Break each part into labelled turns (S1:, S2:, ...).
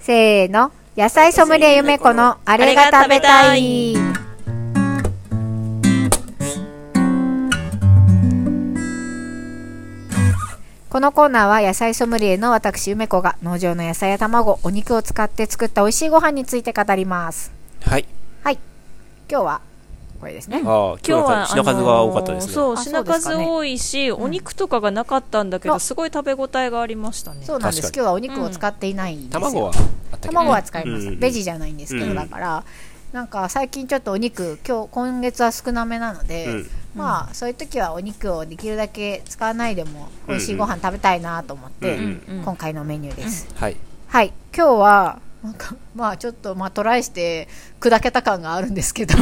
S1: せーの、野菜ソムリエゆめこのあれが食べたい。このコーナーは野菜ソムリエの私梅子が農場の野菜や卵、お肉を使って作った美味しいご飯について語ります。
S2: はい。
S1: はい。今日はこれですね。
S2: ああ、今日
S3: 今日
S2: は
S3: は
S2: 品数が多かったです
S3: あのー
S2: ね。
S3: そう
S1: あ
S3: 品
S1: そうですか
S3: 数
S1: ね
S3: 多いし、お肉とかがなかったんだけ
S1: あ
S3: どすごい食べ応えがありましたね
S1: そうなんです。今
S2: 確かに
S1: 日はお肉を使っていないんですよ。
S2: 卵はあったけど。
S1: 卵は使いま
S2: うん
S1: す、
S2: うんうん
S1: ベジじゃないんですけど、
S2: うん
S1: だからなんか最近ちょっとお肉今日今月は少なめなので、
S2: うん
S1: まあそういう時はお肉をできるだけ使わないでも美味しいご飯食べたいなと思って、
S2: うんうん
S1: 今回のメニューです、
S2: はい。
S1: はい今日はなんかまあちょっとまあトライして砕けた感があるんですけど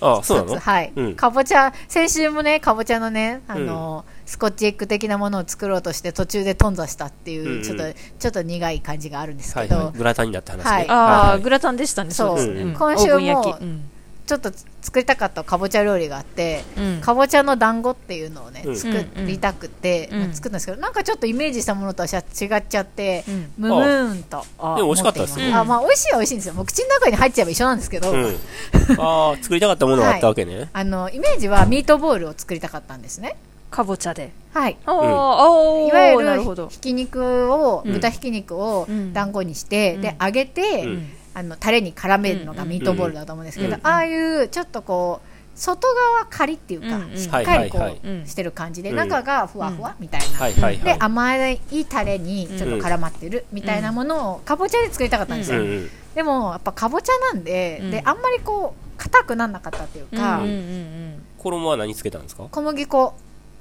S2: あ あ、そうなの
S1: はい、
S2: うん
S1: かぼちゃ先週もねかぼちゃのねあの、スコッチエッグ的なものを作ろうとして途中で頓挫したっていう、
S2: うんうん
S1: ちょっとちょっと苦い感じがあるんです
S2: は
S1: け
S2: い
S1: ど、
S2: はい。グラタンになった話ね。
S1: はい
S3: ああ、
S2: はい
S3: グラタンでしたね
S1: そ
S3: そううですね、
S2: うん
S3: うん
S1: 今週も
S3: オーブン焼きうん
S1: ちょっと作りたかったかぼちゃ料理があって、
S3: うん
S1: かぼちゃの団子っていうのをね、
S2: うん
S1: 作りたくて、
S3: うんうん
S1: 作ったんですけどなんかちょっとイメージしたものとは違っちゃって、
S3: うん
S1: ムムーンとあ
S2: でも美味しかったです
S1: 思
S3: よ
S1: いますあまあ美味しいは美味しいんですよもう口の中に入っちゃえば一緒なんですけど、
S2: うん。ああ、作りたかったものがあったわけね。
S1: あのイメージはミートボールを作りたかったんですね
S3: かぼちゃで
S1: はい
S3: ああ、
S1: い
S3: あ
S1: わゆ
S3: あなるほ
S1: る
S3: ど
S1: ひき肉を、
S2: ん
S1: 豚ひき肉を
S3: うん
S1: 団子にして、で揚げて、
S2: うん
S1: あのタレに絡めるのがミートボールだと思うんですけど、
S2: うん
S1: ああいうちょっとこう外側カリっていうか、
S3: うんうん
S1: しっかりこう、
S2: はいはい
S3: はい
S1: してる感じで、
S2: うん
S1: 中がふわふわみたいな、
S2: はいはいは
S1: で
S2: い。
S1: 甘いタレにちょっと絡まってるみたいなものをかぼちゃで作りたかったんです
S2: うん
S1: よ、
S2: うん。
S1: でもやっぱかぼちゃなんで,、
S3: うん
S1: であんまりこう硬くなんなかったっていうか、
S3: うんうんうん
S2: 衣は何つけたんですか
S1: 小麦粉を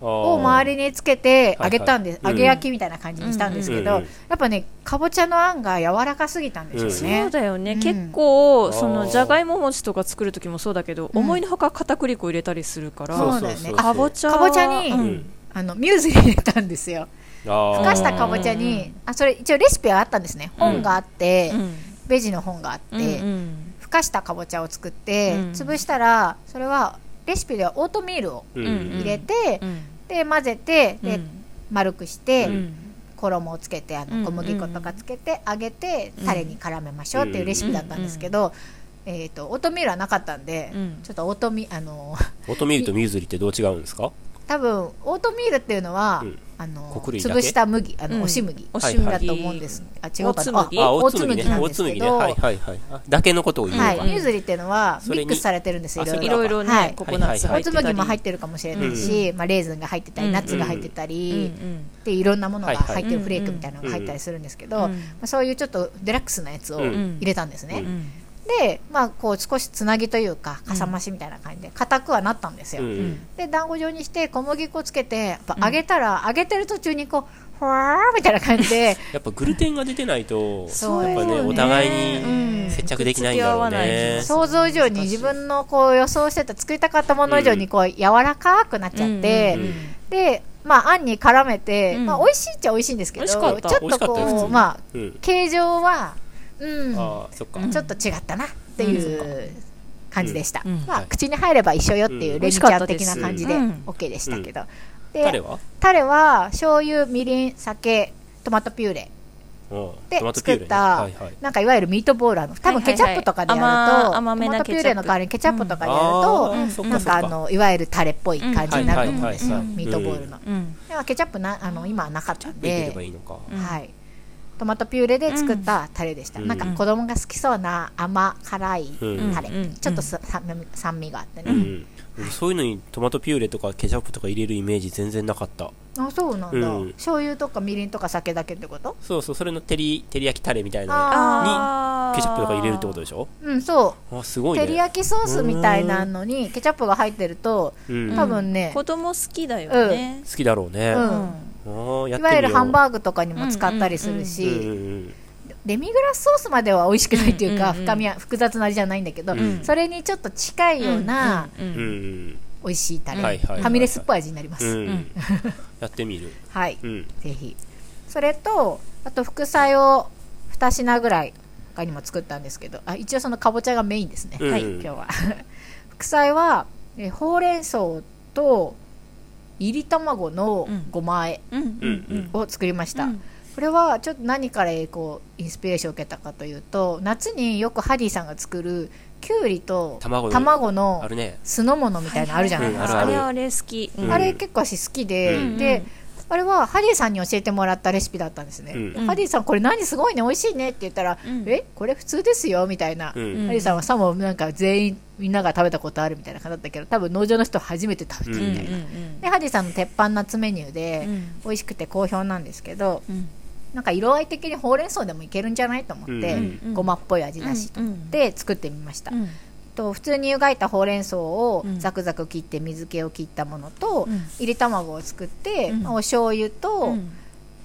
S2: を
S1: 周
S2: り
S1: りにつけて
S2: あー
S1: 揚げたんです、
S2: はいはい
S1: 揚げ焼きみたいな感じにしたんですけど、
S2: うんうんうん
S1: やっぱねかぼちゃのあんが柔らかすぎたんですよ
S2: うん
S1: ね、
S3: そうだよね、
S1: うん
S3: 結構そ
S2: あー
S3: のじゃがいも餅とか作る時もそうだけど、
S1: うん
S3: 思いのほか片栗粉入れたりするから、
S1: そうだよね
S2: そうそうそう
S3: かぼちゃ
S1: かぼちゃに
S3: うん
S2: うん
S1: あのミューズに入れたんですよふ
S2: ふ
S1: かしたかぼちゃ
S3: うんうんう
S1: に
S3: ん
S1: あそれ一応レシピはあったんですね本があって、
S3: うん
S1: ベジの本があって、
S3: うんうん
S1: ふかしたかぼちゃを作って、
S3: うん
S1: 潰したらそれはレシピではオートミールを
S2: うん
S1: 入れて、
S3: うん
S1: で混ぜてで、
S3: うん
S1: 丸くして、
S2: うん
S1: 衣をつけてあ
S3: うんう
S1: の
S3: ん
S1: 小麦粉とかつけて揚げて、
S3: うん
S1: タレに絡めましょうっていうレシピだったんですけど、えー、とオートミールはなかったんで、
S3: うん
S1: ちょっとオートミあの
S2: オートミールとミューズリーってどう違うんですか
S1: 多分オートミールっていうのは、
S2: うん
S1: あの
S2: 穀類だけ
S1: 潰した麦あの、
S3: うん
S1: 押し麦
S3: お
S2: し麦
S1: だと思うんです、あ違うかな
S3: 大粒麦
S2: あ、
S1: あ
S2: オ
S1: 大
S2: ーツ
S1: 粒
S2: 麦
S1: 麦
S2: ね。
S1: なん
S2: オー
S1: です
S2: ツ
S1: け
S2: 麦
S1: ど、
S2: ね。はいはいはい。あだけのことを言うの
S1: はい、
S2: か。
S1: ミューズリっていうのは
S2: そ
S1: ミ
S2: れに
S1: ックスされてるんですよ
S2: あ
S1: いろい
S2: そ
S1: ろ
S2: う
S3: いろいろね、
S1: はい
S3: ココナッツ
S2: は
S1: お
S3: 入っ
S2: い
S3: て
S1: つ
S3: た
S1: む
S3: り
S1: ぎも入ってるかもしれないし、まあ、レーズンが入ってたり、
S3: うん
S1: ナッツが入ってた
S3: う
S1: り、
S3: ん
S1: でいろんなものが
S2: はいはい
S1: 入ってるフレークみたいなのが入ったりするんですけど、
S3: うんうん
S1: まあ、そういうちょっとデラックスなやつを
S2: うん
S1: 入れたんですね、
S2: う
S3: うんん
S1: で、まあ、こう少しつなぎというかかさ増しみたいな感じで硬くはなったんですよ、
S2: うんうん
S1: で団子状にして小麦粉つけてやっぱ揚げたら、揚げてる途中にこうふわーみたいな感じで
S2: やっぱグルテンが出てないと、
S1: そう
S2: やっぱ
S1: そう
S2: ね、
S1: ね
S2: お互いに接着できないんだろう
S3: う
S2: ね
S3: ん。
S1: 想像以上に自分のこう予想してた作りたかったもの以上にこう柔らかくなっちゃって、
S2: うんうん
S1: で、まあ、あんに絡めて、
S3: うん
S1: まあ、美味しいっちゃ美味しいんですけど
S3: 美
S1: ち
S3: 味しかった
S1: ょっと
S2: 美味しかったよ普
S1: こ
S2: 通
S1: う、
S2: に
S1: まあ、
S2: うん。
S1: 形状はうん
S2: ああ、そっか。
S1: ちょっと違ったなっていう感じでした、
S3: うん
S1: まあ、
S2: はい
S1: 口に入れば一緒よっていううんレミちゃん的な感じで
S3: 美味しかったです
S1: OK でしたけど、で
S2: タレは
S1: タレは醤油みりん酒トマトピューレ
S2: うん
S1: で
S2: トマト
S1: 作
S2: ピュー
S1: っ
S2: レね
S1: た、
S2: はいはい。
S1: なんかいわゆるミートボールあの多分ケチャップとかでやると、
S3: はいはい甘甘め
S1: トマ
S3: な
S1: トピューレの代
S3: ケチャップ
S1: わりにケチャップとかでやる
S2: あ
S1: と、
S2: ーそっ
S1: な
S2: か
S1: ん
S2: そっ
S1: かあ
S2: か。
S1: のいわゆるタレっぽい感じになると思うんですよ、
S2: うんはいはいはい
S1: ミートボールの、
S3: うん
S1: でもケチャップなあの今はなかったん
S2: 入れてれ
S1: で
S2: ばいいのか。
S3: うん
S1: はい、トマトピューレで作ったタレでした、
S2: うん
S1: なんか子供が好きそうな甘辛い
S2: うん
S1: タレ、
S3: うん
S1: ちょっとさ酸味酸味があって
S2: う
S1: ね、
S2: ん。俺そういうのにトマトピューレとかケチャップとか入れるイメージ全然なかった。
S1: あそうなんだ、
S2: うん
S1: 醤油とかみりんとか酒だけってこと
S2: そうそう、それの照り、照り焼きタレみたいな
S1: あ
S2: のに、ケチャップとか入れるってことで
S3: し
S2: しょ
S1: うんそ
S2: あ、すご
S1: う
S2: いね。
S1: 照り焼きソースみたいなのにケチャップが入ってると
S2: うん。
S1: 多分ね、
S3: 子供好きだよね、
S2: 好きだろうね。
S1: う
S2: あ
S1: ん
S2: ーや
S1: い
S2: ってみよう
S1: わゆるハンバーグとかにも使ったりするし、
S2: うんうん
S1: デミグラスソースまでは美味しくないっていうか、
S3: うんうんうん
S1: 深みは複雑な味じゃないんだけど、
S2: うん
S1: それにちょっと近いような
S3: う
S2: う
S3: ん
S2: ん。うんうん
S1: 美味しいタレ、
S2: はいはいはいはい
S1: ファミレスっぽい味になります、
S2: うん
S3: ん
S2: やってみる。
S1: はい、
S2: うん。
S1: ぜひそれとあと副菜を2品ぐらい他にも作ったんですけどあ一応そのかぼちゃがメインですね、
S2: うん
S1: はい今日は 副菜はえほうれん草といり卵の
S3: うん
S1: ごま和え
S3: うんうんうん
S2: うん
S1: を作りました、
S3: うん
S1: ここれはちょっと何からこうインスピレーションを受けたかというと夏によくハリーさんが作るきゅうりと
S2: 卵の
S1: 卵の
S2: あるね
S1: 酢の物みたいなのあるじゃないです
S2: うん
S1: か、
S2: ある
S3: れあれ好き。
S2: うん
S1: あれ結構私好きで、
S2: うん
S1: であれはハリーさんに教えてもらったレシピだったんですね、
S2: うん
S1: ハリーさんこれ何すごいね美味しいねって言ったら、
S3: うん
S1: えこれ普通ですよみたいな、
S2: う
S3: うん
S2: ん
S1: ハリーさんはさもなんか全員みんなが食べたことあるみたいな感じだったけど多分農場の人初めて食べて
S3: うん
S1: る
S3: うん
S1: みたいな、でハリーさんの鉄板夏メニューで、
S3: うん
S1: 美味しくて好評なんですけど
S3: うん
S1: なんか色合い的にほうれん草でもいけるんじゃないと思って、
S2: うん
S3: うん
S1: ごまっぽい味だしと思って作ってみました、と普通に湯がいたほうれん草を
S3: うん
S1: ザクザク切って水気を切ったものと、
S3: うん
S1: 入り卵を作って、
S3: うん
S1: お醤油と、
S3: うん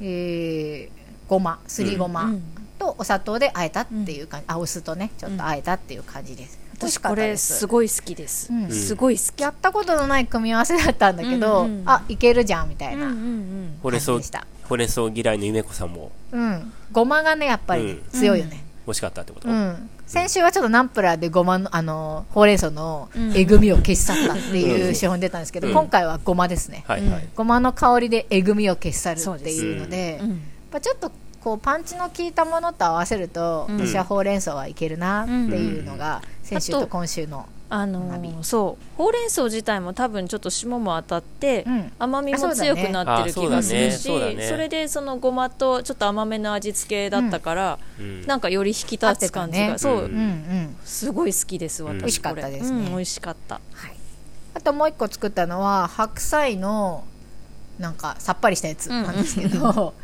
S1: えーごますりごま、
S3: うん
S1: とお砂糖で和えたっていう感じ、あお酢とねちょっと和えたっていう感じです、美味し
S3: 私
S1: か
S3: こ
S1: った
S3: れ
S1: ですす
S3: ごい好きです
S1: うん。
S3: すごい好き。
S1: やったことのない組み合わせだったんだけど、
S3: うんうん
S1: あいけるじゃんみたいな、
S3: ん
S2: ほうれん草
S1: 感じでした
S2: ほうれん草嫌いのゆめこさんも
S1: うん、ごまがねやっぱり
S2: うん
S1: 強いよね、
S2: 惜しかったってこと、
S1: うん先週はちょっとナンプラーでごまのあのほうれん草の
S3: うん
S1: えぐみを消し去ったって
S2: う
S1: いうん手法に出たんですけど、
S2: うん
S1: 今回はごまですね、
S2: はいはい、
S1: ごまの香りでえぐみを消し去るっていうので
S3: うんう
S1: や
S3: ん
S1: っぱちょっとこうパンチの効いたものと合わせると、
S3: うん
S1: 私はほうれん草はいけるなっていうのが、先週
S3: あ
S1: と
S3: と
S1: 今週の、
S3: あ
S1: ナ
S3: の
S1: ビ
S3: ーそうほうれん草自体も多分ちょっと霜も当たって、
S1: うん
S3: 甘み
S1: あそう
S3: も
S1: だ
S3: 強
S1: ね
S3: くなってる気がするし
S2: あそう
S3: そ,、
S2: だねそうだね
S3: れでそのごまとちょっと甘めの味付けだったから、
S2: うん
S3: なんかより引き立つ感じが、
S1: 合ってた
S3: そう、
S2: う
S1: うんうん
S3: すごい好きです私
S2: うん
S1: しかっ
S2: 美味
S3: これ
S1: たですね
S3: うん美味しかった
S1: はい、あともう一個作ったのは白菜のなんかさっぱりしたやつなんですけど、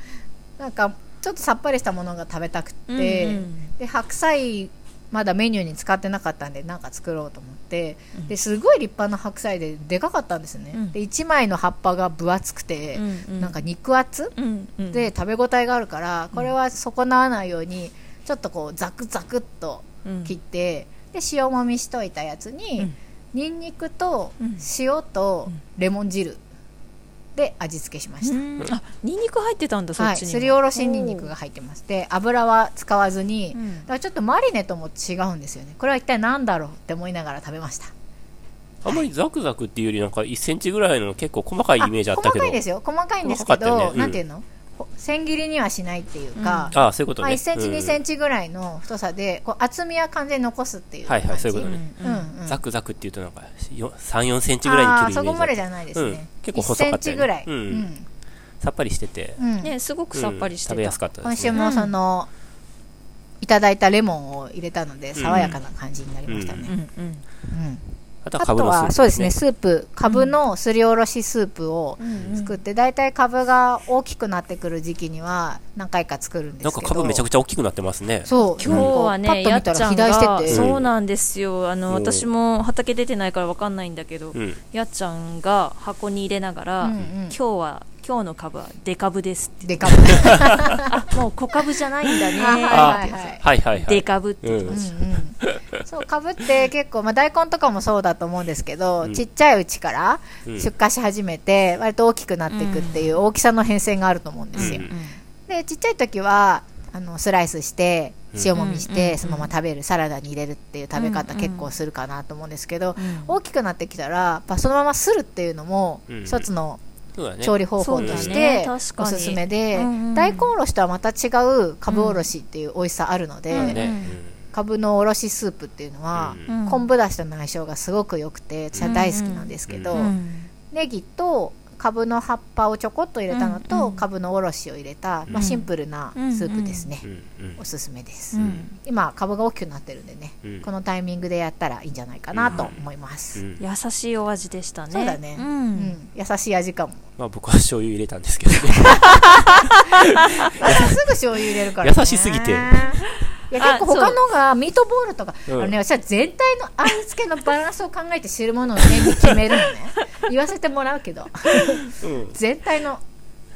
S1: なんかちょっとさっぱりしたものが食べたくて、
S3: うんうん
S1: で白菜まだメニューに使ってなかったんでなんか作ろうと思ってですごい立派な白菜ででかかったんですね、
S3: うん
S1: で1枚の葉っぱが分厚くて、
S3: うんうん
S1: なんか肉厚、
S3: うんうん
S1: で食べ応えがあるからこれは損なわないようにちょっとこうザクザクっと
S3: うん
S1: 切って、で塩もみしといたやつ
S3: う
S1: に
S3: ん
S1: にんにくと
S3: うん
S1: 塩と
S3: うん
S1: レモン汁で味付けしまし
S3: う
S1: た、
S3: んあニンニク入ってたんだそ
S1: は
S3: っ
S1: い、
S3: ちにも、
S1: すりおろしにんにくが入ってますで油は使わずに、
S3: うん
S1: だからちょっとマリネとも違うんですよねこれは一体何だろうって思いながら食べました
S2: あんまりザクザクっていうよりなんか1センチぐらいの結構細かいイメージあったけど
S1: 細かいですよ細かいんですけ
S2: 細かかっ
S1: ど
S2: たよねうん
S1: なんていうのほ千切りにはしないっていうか、
S2: ああそういうこと
S1: まあ、
S2: ね
S1: 1センチ、
S2: うん
S1: 2センチぐらいの太さでこう厚みは完全に残すっていう感
S2: はい
S1: じ、
S2: はいそういうことね、
S1: うんうん、
S2: ザクザクっていうとなんか34センチぐらいに
S1: あ
S2: 切
S1: あ
S2: るイメ
S1: そ
S2: ージ
S1: こまでじ
S2: ゃ
S1: ゃないですね、
S2: うん結構細かったよね
S1: 1センチぐらい、
S2: うんさっぱりしてて、
S1: うんうん
S3: ねすごくさっぱりしてた、
S2: うん食べやすかったで
S1: 今
S2: す、ね、
S1: 週もその、いただいたレモンを入れたので
S2: ん
S1: 爽やかな感じになりました
S3: う
S1: ね、
S3: んう
S1: う
S3: ん
S1: ん
S2: あとは
S1: あと
S2: 株のスープ、
S1: はそうですねスープかぶのすりおろしスープを
S3: うんうん
S1: 作って大体かぶが大きくなってくる時期には何回か作るんですけ
S2: な
S1: ど
S2: んか株めちゃくちゃ大きくなってますね
S1: そう
S3: 今日は
S1: なん
S3: ね、
S1: か
S3: や
S1: パ
S3: っ
S1: ッと見
S3: ち
S1: た
S3: ゃ
S1: ら肥大
S3: ん
S1: して
S3: が、
S1: て、
S3: そうなんですよ、あの
S2: うん
S3: 私も畑出てないからわかんないんだけど、
S2: うん
S3: やっちゃんが箱に入れながら、
S1: うんうん
S3: 今日は、今日の株はデカブですって、
S1: でかぶ
S3: あ もう小株じゃないんだね
S1: あはいはいはい
S2: はいはいはい
S3: デカブって言って
S2: う
S3: ま
S2: ん
S3: し
S1: うんうん、そうかぶって結構、まあ、大根とかもそうだと思うんですけど、
S2: うん
S1: ちっちゃいうちから
S2: うん
S1: 出荷し始めて、割と大きくなっていくっていう大きさの変遷があると思うんですよ、
S2: うん
S3: た。うん
S1: でちっちゃい時はあのスライスして
S2: うん
S1: 塩もみし
S3: うんうんう
S1: て
S3: ん
S1: そのまま食べるサラダに入れるっていう食べ方
S3: うん
S1: 結構するかなと思うんですけど、
S3: うん
S1: 大きくなってきたらやっぱそのままするっていうのも
S2: うん
S1: 一つの
S2: そうだね
S1: 調理方法と
S2: そ
S1: し
S2: うだ
S1: て
S3: ね
S1: お
S3: 確かに
S1: すすめで、
S3: うんうん
S1: 大根おろしとはまた違うかぶおろしっていう美味しさあるので、
S2: そうだね、
S1: かぶのおろしスープっていうのは、
S2: うん
S3: うん
S1: 昆布だしとの相性がすごく良くて私は大好きなんですけど、
S2: う
S3: うん
S1: ネギとかぶの葉っぱをちょこっと入れたのと、
S3: うんうん
S1: かぶのおろしを入れた、ま
S2: う
S1: あ、
S2: ん
S1: シンプルなスープですね、
S2: うんうん
S1: おすすめです、
S3: うん
S1: 今かぶが大きくなってるんでね、
S2: うん
S1: このタイミングでやったらいいんじゃないかなと思います、
S2: う
S1: うん
S2: ん
S3: 優しいお味でしたね。
S1: そうだね
S3: うん
S1: 優しい味か も
S2: まあ僕は醤油入れたんですけ どね
S1: 私すぐ醤油入れるから、ね、
S2: 優しすぎて
S1: いや結構
S3: あそう
S1: 他のがミートボールとか、
S2: うん
S1: あのね、私は全体の味付けのバランスを考えて汁物を全部決める のね言わせてもらうけど
S2: うん
S1: 全体の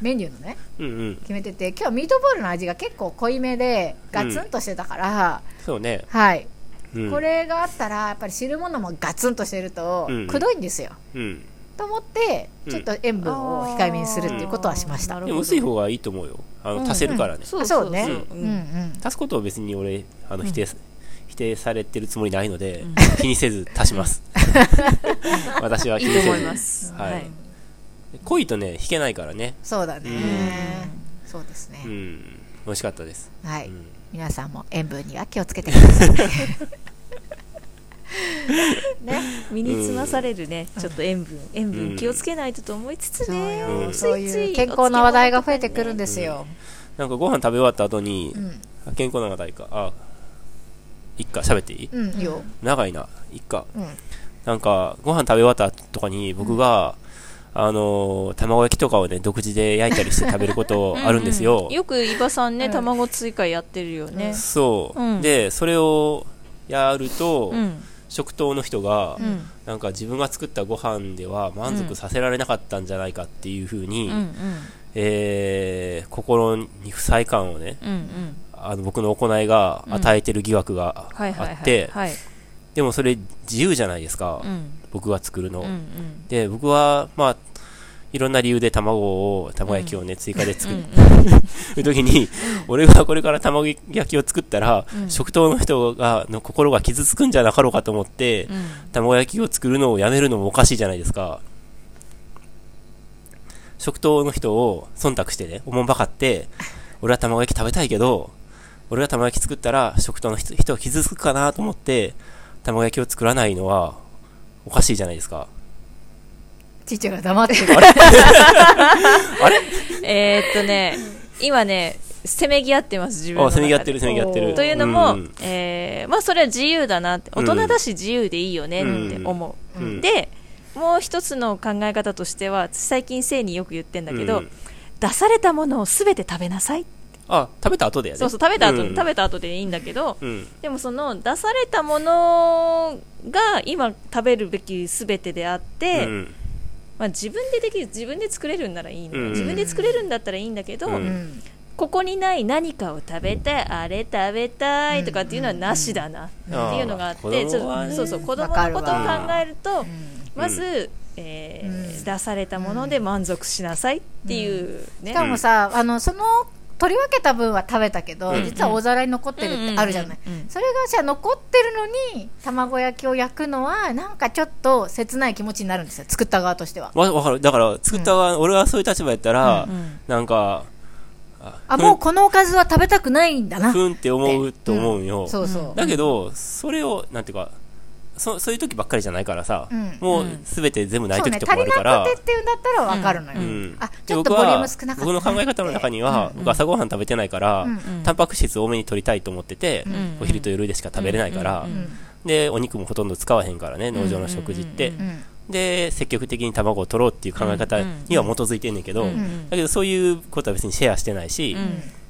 S1: メニューのね
S2: うんうん
S1: 決めてて今日はミートボールの味が結構濃いめでガツンとしてたから、
S2: そうね、
S1: はい、
S2: うん、
S1: これがあったらやっぱり汁物もガツンとしてると
S2: うん
S1: くどいんですよ、
S2: うん
S1: と思って
S2: うん
S1: ちょっと塩分を控えめにするっていうことはしました、
S3: あーな
S2: で
S3: る
S2: も薄い方がいいと思うよあの足せるからね、
S3: そ
S1: あ
S3: う
S1: そ
S3: そうう
S1: ね
S3: そううん
S1: うん
S2: 足すことは別に俺あの否定す、否定されてるつもりないので、気にせず足します 私はい気
S3: い
S2: に
S3: と
S2: せず
S3: 思います。
S2: は
S3: はい
S2: い、濃いとね弾けないからね
S1: そうだね、
S2: う
S1: そうですね、
S2: うん美味しかったです、
S1: はい、
S2: うん
S1: 皆さんも塩分には気をつけてください ね
S3: 身につまされるね、ちょっと塩分塩
S2: う
S3: 分
S2: ん
S3: 気をつけないとと思いつつ
S1: そう
S3: ね、
S1: よ、
S2: うん
S1: そう
S3: つい
S1: い
S3: つ
S1: う
S3: い
S1: 健康な話題が増えてくるんです
S2: お
S1: よ、
S2: なんかご飯食べ終わった後に、
S1: うん
S2: あ健康な話題かあいっか喋っていい、
S1: うん、よ、
S2: 長いないっか
S1: うん、
S2: なんかご飯食べ終わった後とかに僕が、あのー卵焼きとかをね独自で焼いたりして食べることあるんですよ、
S3: よく伊庭さんね、
S1: うん
S3: 卵追加やってるよね
S2: そう、
S3: うん
S2: でそれをやると、
S3: うん
S2: 食堂の人が、
S3: うん
S2: なんか自分が作ったご飯では満足させられなかったんじゃないかっていうふう
S3: う
S2: に、
S3: んうん
S2: えー心に不快感をね
S3: うんうん
S2: あの僕の行いが与えてる疑惑が
S3: はいはい
S2: あっ
S3: はい
S2: て
S3: はい
S2: でもそれ自由じゃないですか、
S3: うん
S2: 僕が作るの、
S3: うんうん
S2: で僕はまあいろんな理由で卵を卵焼きを ね、追加で作
S3: う
S2: る
S3: んうん
S2: 時に、俺がこれから卵焼きを作ったら、
S3: うん
S2: 食堂の人がの心が傷つくんじゃなかろうかと思って、
S3: うん
S2: 卵焼きを作るのをやめるのもおかしいじゃないですか食堂の人を忖度してねおもんばかって俺は卵焼き食べたいけど俺が卵焼き作ったら食堂の人人を傷つくかなと思って卵焼きを作らないのはおかしいじゃないですか
S1: ちっちゃが黙ってる
S3: えーっとね、今ね、せめぎ合ってます、自分
S2: あ
S3: の
S2: せ
S3: 中で。
S2: めぎ合ってるせめぎ合って
S1: お
S2: る
S1: ー
S3: というのも、
S2: ん
S3: えーまあ、それは自由だなって、大人だし自由でいいよねって思う。
S2: うん
S3: で、もう一つの考え方としては、最近、生によく言ってんだけど、
S2: うん
S3: 出されたものをすべて食べなさい。
S2: あ食べた後だよね
S3: そうそう、食べた後、
S2: うん
S3: 食べた後でいいんだけど、
S2: うん
S3: でもその出されたものが今食べるべきすべてであって、
S2: うん
S3: まあ、自分でできる自分で作れるんならいいのよ、
S2: うん
S3: 自分で作れるんだったらいいんだけど、
S2: う
S1: うんん
S3: ここにない何かを食べたいあれ食べたいとかっていうのはなしだなっていうのがあって、
S2: うんうん
S3: ちょ
S2: 子
S3: っ
S2: 供は
S3: と
S2: ね
S3: そうそう子供
S1: わ
S3: の
S1: かる
S3: こ
S1: わ
S3: とを考えると、
S1: うん
S3: まず、えー
S1: うん
S3: 出されたもので満足しなさいっていうね
S1: し、かもさ、あのその取り分けた分は食べたけど、
S2: うん
S1: 実は大皿に残ってるってあるじゃない、
S3: うんうんうんうん
S1: それがじゃあ残ってるのに卵焼きを焼くのはなんかちょっと切ない気持ちになるんですよ作った側としては
S2: わわかるだから作った側、俺はそういう立場やったら、
S3: うんうん
S2: なんか
S1: あ
S2: ふん
S1: もうこのおかずは食べたくないんだな
S2: ふんって思うと思うよ、
S1: そうそう、
S2: だけど、それを、なんていうか、そそういう時ばっかりじゃないからさ、
S1: うん
S2: もううんすべて全部ない
S1: そう
S2: 時
S1: ね
S2: とか
S1: 足
S2: もあ
S1: り
S2: る
S1: な
S2: から、
S1: くてっていうんだったらわかるのよ、
S2: うん
S1: あ
S2: で
S1: ちょっと
S2: 僕
S1: ボ
S2: は
S1: リューム少なかった
S2: 僕の考え方の中には、僕朝ごはん食べてないから、
S1: うんうん
S2: タンパク質多めに取りたいと思ってて、
S3: ん
S2: お昼と夜でしか食べれないから、
S3: うん
S1: うん
S2: で、お肉もほとんど使わへんからね、農場の食事って。
S3: う
S1: う
S3: ん
S1: ん
S2: で、積極的に卵を取ろうっていう考え方には基づいてんねんけど、
S3: うんうん
S2: だけどそういうことは別にシェアしてないし、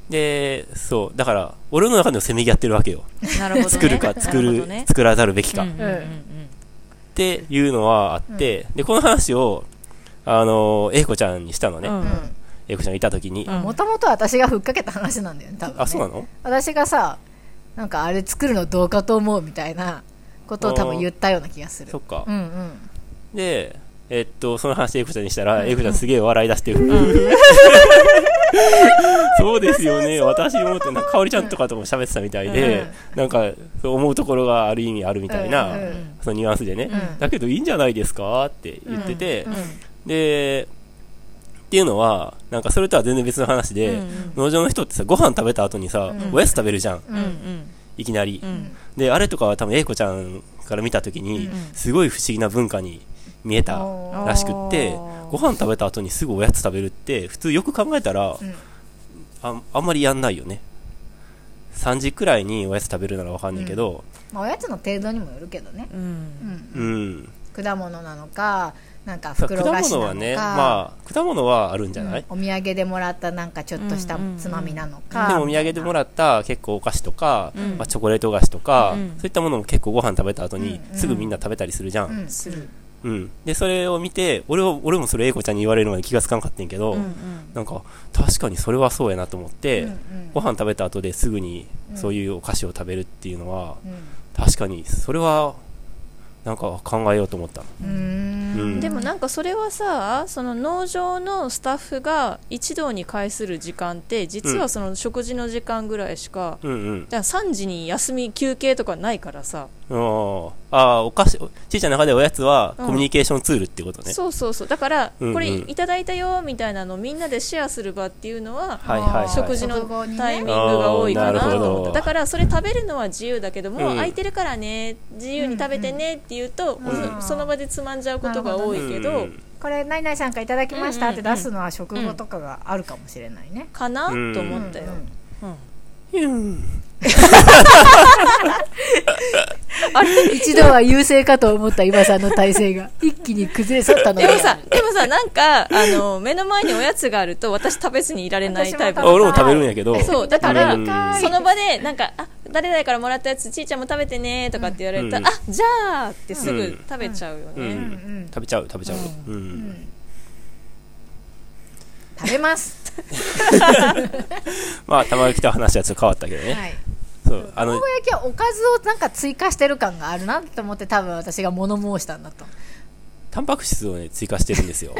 S3: う
S2: で、そう、だから、俺の中でもせめぎ合ってるわけよ。
S3: んなるほどね
S2: 作るか作る
S3: なほどね
S2: 作らざるべきか、
S3: うん
S2: っ
S3: うんうん
S2: ていうのはあって、でこの話をあのー、英子ちゃんにしたのね、
S3: うん
S2: 英子ちゃんがいた時に、
S3: うん
S1: もともと私がふっかけた話なんだよね多分ね
S2: あそうなの
S1: 私がさなんかあれ作るのどうかと思うみたいなことを多分言ったような気がする
S2: そっか
S1: う、んうん
S2: でえっとその話英子ちゃんにしたら、英子ちゃんすげえ笑い出して、 そうですよね私もってなんか香織ちゃんとかとも喋ってたみたいで、なんかそう思うところがある意味あるみたいな、
S1: うんうん
S2: そのニュアンスでね、
S1: うん
S2: だけどいいんじゃないですかって言ってて、
S1: うんうん
S2: でっていうのはなんかそれとは全然別の話で、
S3: うんうん
S2: 農場の人ってさご飯食べた後にさ、
S1: うん
S2: おやつ食べるじゃん
S3: うんうん
S2: いきなり、
S3: うん
S2: であれとかは多分英子ちゃんから見た時に、
S1: うん
S2: すごい不思議な文化に見えた
S1: おー
S2: らしくって
S3: おー
S2: ご飯食べた後にすぐおやつ食べるって普通よく考えたら、
S1: うん
S2: ああんまりやんないよね3時くらいにおやつ食べるならわかんないけど
S1: まあ、おやつの程度にもよるけどね、
S3: う
S1: うんん、
S2: うん、
S1: 果物なのかなんか
S2: だ
S1: 袋
S2: から
S1: 菓
S2: 果
S1: 子なの
S2: 物
S1: か
S2: はねまあ果物はあるんじゃない、
S1: うんお土産でもらったなんかちょっとした
S3: うんうんうん
S1: つまみなのか、
S2: でもお土産でもらった結構お菓子とか、
S3: うん
S2: まあ、チョコレート菓子とか、
S3: うん
S2: そういったものも結構ご飯食べた後に
S1: うん
S2: すぐみんな食べたりするじゃん、
S1: うんする
S2: うん、でそれを見て俺は俺もそれ英子ちゃんに言われるまで気がつかんかったんやけど、
S3: うんうん
S2: なんか確かにそれはそうやなと思って、
S1: うんうん
S2: ご飯食べた後ですぐに
S1: うん
S2: そういうお菓子を食べるっていうのは、
S1: うん
S2: 確かにそれはなんか考えようと思った
S1: うーん
S2: うん
S3: でもなんかそれはさその農場のスタッフが一堂に会する時間って実はその食事の時間ぐらいしか、
S2: うんうん
S3: じゃあ3時に休み休憩とかないからさ
S2: あーああ、お菓子、おちいちゃんの中でおやつはコミュニケーションツールってことね。
S3: そうそうそうだから、
S2: うんうん
S3: これいただいたよみたいなのをみんなでシェアする場っていうのは
S2: はいはいはい。
S3: 食事の
S1: 食後にね
S3: タイミングが多いかな
S2: あーなるほ
S3: と
S2: ど
S3: 思っただからそれ食べるのは自由だけども、
S2: うん
S3: 空いてるからね自由に食べてねって言うと、
S1: うん
S2: うん
S3: その場でつまんじゃうことが多いけど、
S2: うん
S1: これ「ナイナイさんからいただきました」って
S3: うんうんうん
S1: 出すのは食後とかがあるかもしれないね、
S3: かな、
S2: うん
S3: と思ったよ、うん
S1: 一度は優勢かと思った今さんの体勢が一気に崩れ去ったの
S3: でもさでもさなんかあの目の前におやつがあると私食べずにいられないタイプ
S1: 私
S2: あ俺も食べるんやけど。
S3: そうだから
S2: うん
S3: その場でなんかあ誰々からもらったやつちいちゃんも食べてねとかって言われると、
S2: うん
S3: あじゃあってすぐ食べちゃうよね、
S2: うん
S1: うんうん
S2: 食べちゃう、食べちゃう。うん。
S1: うん食べます、
S2: まあ、玉焼きと話はちょっと変わったけどね。
S1: はい、
S2: そう。あの
S1: 卵、焼きはおかずをなんか追加してる感があるなと思って多分私が物申したんだと
S2: タンパク質をね、追加してるんですよ。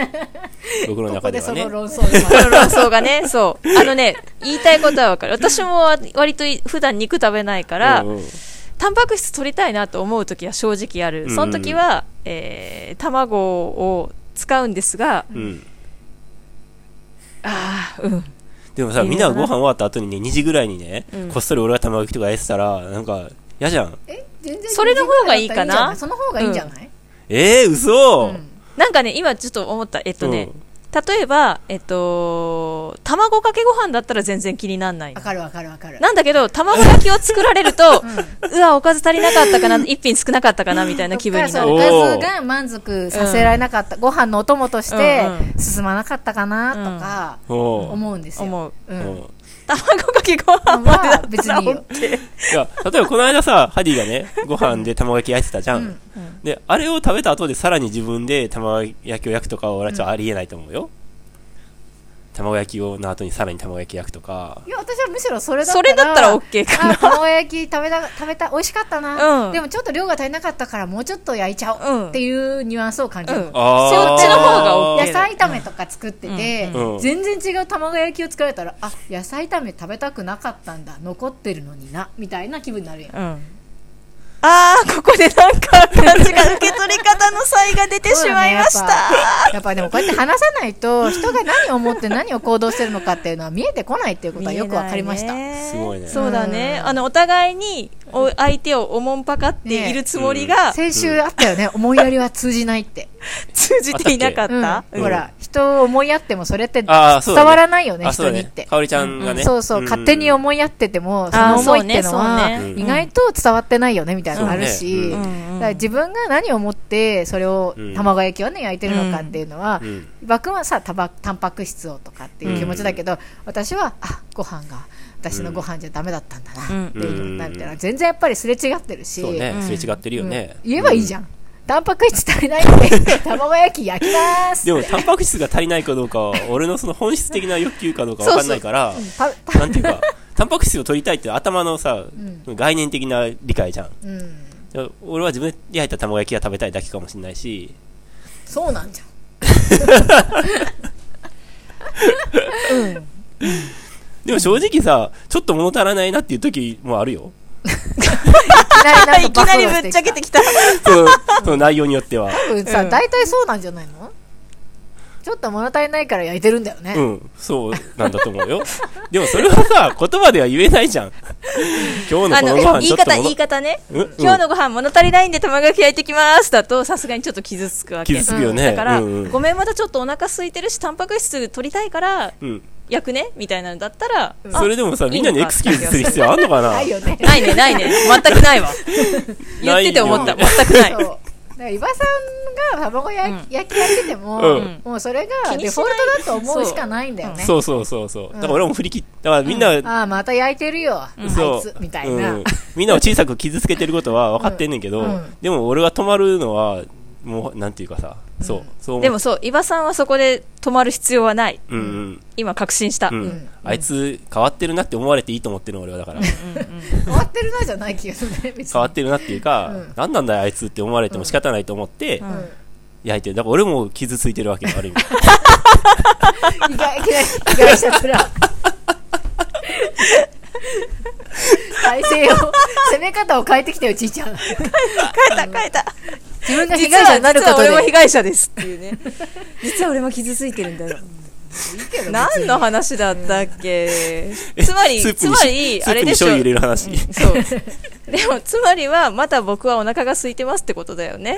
S2: 僕の
S1: ここ
S2: 中
S1: で
S2: で
S1: そ
S2: はね
S1: の。論争で
S3: この論争がね、そう。あのね、言いたいことはわかる。私も割と普段肉食べないから、
S2: うんうん
S3: タンパク質取りたいなと思う時は正直あ
S2: う
S3: る。
S2: ん
S3: その時は、えー卵を使うんですが、
S2: うん。
S3: ああ、うん。
S2: でもさ、
S3: 微妙
S2: みんな
S3: だな
S2: ご飯終わった後にね、2時ぐらいにね
S3: うん、
S2: こっそり俺が玉焼きとかやってたら、なんか、嫌じゃん。
S1: え全然
S3: それの方がいいかな
S1: その方がいいんじゃない、
S2: えー、嘘
S1: うん
S3: なんかね、今ちょっと思った。えっとね、例えば、えっと、卵かけご飯だったら全然気にならない
S1: わ。かるわかるわかる
S3: なんだけど、卵焼きを作られると、うわ、おかず足りなかったかな、一品少なかったかな、みたいな気分になる
S1: お。かずが満足させられなかった、ご飯のお供として
S3: うん
S1: 進まなかったかなとか
S2: おう
S1: 思うんですよ、
S3: 思う。
S1: うん
S2: おう
S3: 卵かけご飯までだったら OK。
S2: いや、例えばこの間さ、ハディがね、ご飯で卵焼き焼いてたじゃん。で、あれを食べた後でさらに自分で卵焼きを焼くとかは俺はちょっとありえないと思うよ。卵焼きをの後にさらに卵焼き焼くとか。
S1: いや私はむしろそれだった
S3: そ
S1: ら
S3: れだったら OK か
S1: あ
S3: な。
S1: 卵焼き食べた食べた美味しかったな、
S3: うん
S1: でもちょっと量が足りなかったからもうちょっと焼いちゃお
S3: うん
S1: うっていうニュアンスを感じる、
S3: うん
S2: あ
S3: そっちの方が OK
S1: 野菜炒めとか作ってて、
S2: うんうん
S1: 全然違う卵焼きを作られたらあ野菜炒め食べたくなかったんだ残ってるのになみたいな気分になるやん
S3: うん。あー、ここでなんか感じが、受け取り方の差異が出てしまいま
S1: そ
S3: し
S1: う
S3: た。
S1: だねやっぱやっぱでもこうやって話さないと人が何を思って何を行動してるのかっていうのは見えてこないっていうことはよくわかりました、
S3: 見えないね
S2: すごいね
S3: そうだね。
S1: うん
S3: あの、お互いに、お、相手をおもんぱかっているつもりが、
S1: 先週あったよね思いやりは通じないって、
S3: 通じていなかっ
S1: うん
S3: た。うん
S1: ほら人を思いやってもそれって伝
S2: あーそうだね
S1: わらないよね
S2: あ、そう
S1: 人
S2: だ
S1: にっ
S2: ね
S1: て。
S2: かおりちゃんがね。
S1: そうそう、勝手に思いやってても、そ
S3: あー
S1: の思いっての
S3: そう
S1: は
S3: ねそう、ね
S1: 意外と伝わってないよね、みたいなのあるし、
S2: そうね
S3: うんうん
S1: だから自分が何を思って、それを
S2: うん、
S1: 卵焼きをね、焼いてるのかっていうのは
S2: うんうん、
S1: バクはさ、たばタンパク質をとかっていう気持ちだけど、私は、あ、ご飯が、私のご飯じゃダメだったんだな、っていうのだったら、全然やっぱりすれ違ってるし、
S2: そうね、すれ違ってるよね。
S1: うん言えばいいじ
S2: ゃん。
S1: ゃん。タンパク質足りないって、 卵焼き焼きます
S2: でも、タンパク質が足りないかどうかは、俺のその本質的な欲求かどうかわかんないから、
S1: た
S2: なんていうか、タンパク質を取りたいって頭のさ、概念的な理解じゃん。
S1: うん、
S2: いや俺は自分で焼いた卵焼きが食べたいだけかもしれないし、
S1: そうなんじゃん。
S2: でも正直さ、ちょっと物足らないなっていう時もある よ。
S1: い
S3: いきなりぶっちゃけてきた。
S2: そのその内容によっては。
S1: うん
S3: う
S1: さ、
S3: ん
S1: 大体そうなんじゃないのちょっと物足りないから焼いてるんだよね。
S2: うん、そうなんだと思うよ。でもそれはさ、言葉では言えないじゃん。今日の
S3: あ
S2: このご
S3: の
S2: 飯
S3: 言
S2: ちょ
S3: い
S2: っと
S3: 方、
S2: 物
S3: 言い方ね、
S2: うんうん
S3: 今日のご飯物足りないんで卵焼き焼いてきますだと、さすがにちょっと傷つくわけ。
S2: 傷つくよね。
S3: だから、
S2: うんうん
S3: ごめん、またちょっとお腹空いてるし、タンパク質取りたいから、
S2: うん
S3: 焼くねみたいなのだったら、あ
S2: それでもさ、みんなに
S3: いい
S2: エ
S3: の
S2: ク
S3: か
S2: スキューズする必要あんのか な
S1: ないよね。
S3: ないね、ないね。全 くないわ。言ってて思った。
S2: ないよ
S3: 全く
S1: そう。
S3: な
S1: だ
S3: い。
S1: から、伊庭さんが卵焼き,、焼き焼いてても、
S2: うん
S1: もうそれ
S3: 気
S1: が
S3: にしない
S1: デフォルトだと思うしかないんだよね。
S2: そうそうそうそう。だから俺も振り切っだからみんな、
S1: ああ、また焼いてるよ、あ
S2: そ
S1: いうつ、みたいな。
S2: うんみんなを小さく傷つけてることは分かってんねんけど、
S1: うんうん
S2: でも俺が止まるのは、もう、なんていうかさ、そう、そう思う
S3: でもそう、伊庭さんはそこで止まる必要はない。
S2: うんうん。
S3: 今確信した。
S2: うん。
S1: ん
S2: あいつ、変わってるなって思われていいと思ってるの、俺はだから。変
S1: 変わってるなじゃない気がするね、別に。
S2: わってるなっていうか、
S1: うん
S2: 何なんだよ、あいつって思われても仕方ないと思って、
S3: ん
S2: 焼いてる。だから俺も傷ついてるわけよ、ある意味。
S1: 意外、いきなり被害者面。体勢を攻め方を変えてきたよちいちゃん
S3: 変えた変えた
S1: 自分が被
S3: 実
S1: 害者
S3: は
S1: になる
S3: 実
S1: こ
S3: は
S1: とで
S3: 俺も被害者ですってい うね実は俺も傷ついてるんだよ 何の話だったっ けつまり
S2: スープ
S3: つ
S2: に
S3: まり
S2: ス
S3: あ
S2: ー
S3: れ
S2: プに
S3: でし
S2: 醤
S3: ょ
S2: 油入れる話。
S3: そう でもつまりはまた僕はお腹が空いてますってことだよね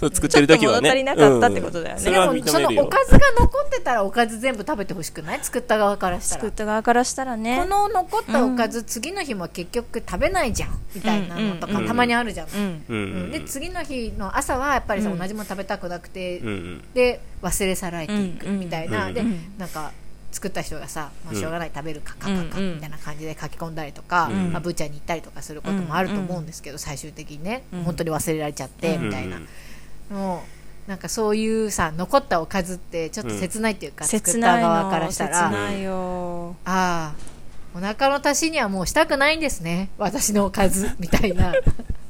S2: そう作ってる時はね。
S3: ちょっと物足りなかったってことだよ
S2: うん
S3: ね
S2: そ
S1: で
S2: れは
S1: もそ
S2: 認める
S1: のお
S2: よ。
S1: かずが残ってたらおかず全部食べてほしくない作った側からした
S3: 作っ
S1: ら
S3: た側からしたらね
S1: この残ったおかず、次の日も結局食べないじゃんみたいなのと
S3: うん
S1: か、
S2: うん
S1: たまにあるじゃん、
S3: うん
S2: うん
S1: う
S2: う
S1: ん
S2: ん。
S1: で次の日の朝はやっぱりさ、
S3: うん
S1: 同じもの食べたくなくて、
S2: うんうん。
S1: で忘れ去られていく
S3: うん
S1: みたいな、
S2: うん
S1: で
S3: うん
S1: なんか作った人がさ、まあ、
S2: うん
S1: しょうがない食べるかかかか
S3: うん
S1: みたいな感じで書き込んだりとか、
S2: うん
S1: まあ、ブーチャーに行ったりとかすることもあると思うんですけど、最終的にね、
S3: うん
S1: 本当に忘れられちゃって
S3: うん
S1: みたいな、もうなんかそういうさ残ったおかずってちょっと切ないっていうか、作
S3: 切
S1: っ
S3: な
S1: た
S3: いの
S1: 側からしたら
S3: 切
S1: あ
S3: ないよ
S1: あお腹の足しにはもうしたくないんですね私のおかずみたいな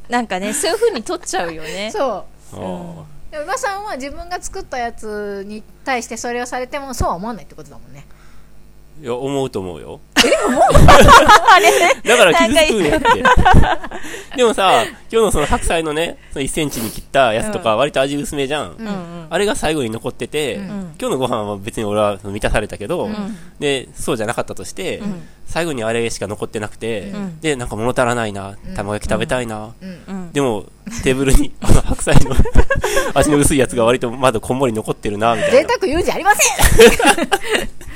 S3: なんかねそういう風に取っちゃうよ ね
S1: そう
S2: あー
S1: でも馬さんは自分が作ったやつに対してそれをされてもそうは思わないってことだもんね
S2: いや、思うと思うよ。 だから傷つくんやって。でもさ、今日のその白菜のね、その1センチに切ったやつとか、割と味薄めじゃん。
S3: うんうん
S2: あれが最後に残ってて、
S1: うん
S2: 今日のご飯は別に俺は満たされたけど、
S3: ん
S2: で、そうじゃなかったとして、
S3: ん
S2: 最後にあれしか残ってなくて、
S3: ん
S2: で、なんか物足らないな、卵焼き食べたいな、
S1: うん
S3: うん
S2: でも、テーブルに、あの、白菜の 味の薄いやつが割とまだこんもり残ってるな、みたい
S1: 贅
S2: な。
S1: 沢言うんじゃありません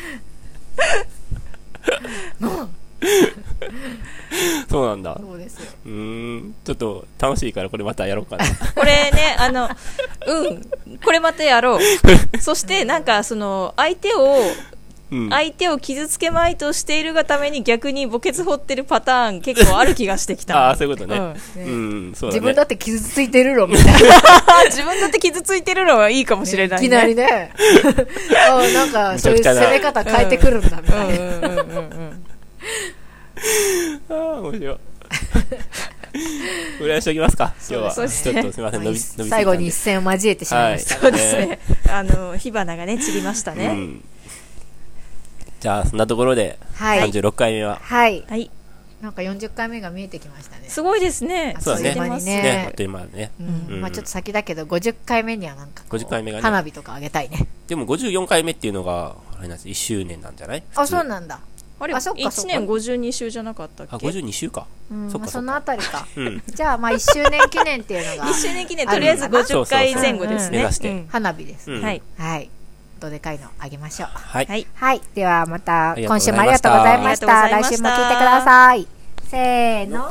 S2: そうなんだ。
S1: そうですよ
S2: うーん、ちょっと楽しいからこれまたやろう かな。
S3: これね、あの、うん、これまたやろう。そして、なんか、その、相手を、
S2: うん。
S3: 相手を傷つけまいとしているがために逆に墓穴掘ってるパターン結構ある気がしてきた。
S2: ああ、そういうことね。
S1: うん
S2: うん、そうだ
S1: 自
S2: ね。
S1: 分だって傷ついてるろみ たいな
S3: 自分だって傷ついてるのはいいかもしれないい、ね。
S1: きなり ねああなんかそういう攻め方変えてくるんだみ
S3: うん
S1: たいな、
S3: うんうんうんうん。
S2: ああ、面白い。ぐらいにしておきますか、今日は。
S3: そうですね
S2: ちょっとすみません、伸び、伸びすぎたんで
S1: 最後に一戦を交えてしまいました、
S3: そうですね。あの、火花がね、散りました
S2: う
S3: ね。
S2: ん。じゃあ、そんなところで、
S1: はい
S2: 36回目は、
S1: はい
S3: はい。
S1: なんか40回目が見えてきましたね
S3: すごいですね。
S1: そうだね
S3: 続いてます
S1: ね
S2: ね、あっという間だね。
S1: うん
S2: うん
S1: まあちょっと先だけど50回目にはなんかこう
S2: 50回目がね
S1: 花火とかあげたいね
S2: でも54回目っていうのが、あれなんです、1周年なんじゃない
S1: あそう
S2: の
S1: なんだ
S3: あれ、
S1: あそっかそっ
S3: 1
S1: か
S3: 年52週じゃなかったっけ
S2: あ、52週か。
S1: うん
S2: そっ
S1: まあ
S2: かそ
S1: そ
S2: っ
S1: の
S2: か。
S1: あたり か
S2: うん。
S1: じゃあまあ1周年記念っていうのが
S3: 1周年記念、とりあえず50回前後ですね。
S2: そうそうそう
S3: うん
S2: 目
S1: 花火ですね、
S2: うん
S3: はい。
S1: はいどでかいのあげましょう
S2: はい。
S3: はい。
S1: はいではまた
S2: ありがとうござい
S1: 今週
S2: ました
S1: もありがとうございました
S3: ありがとう
S1: 来
S3: ございまし
S1: 週
S3: た
S1: も聞いてくださいせーの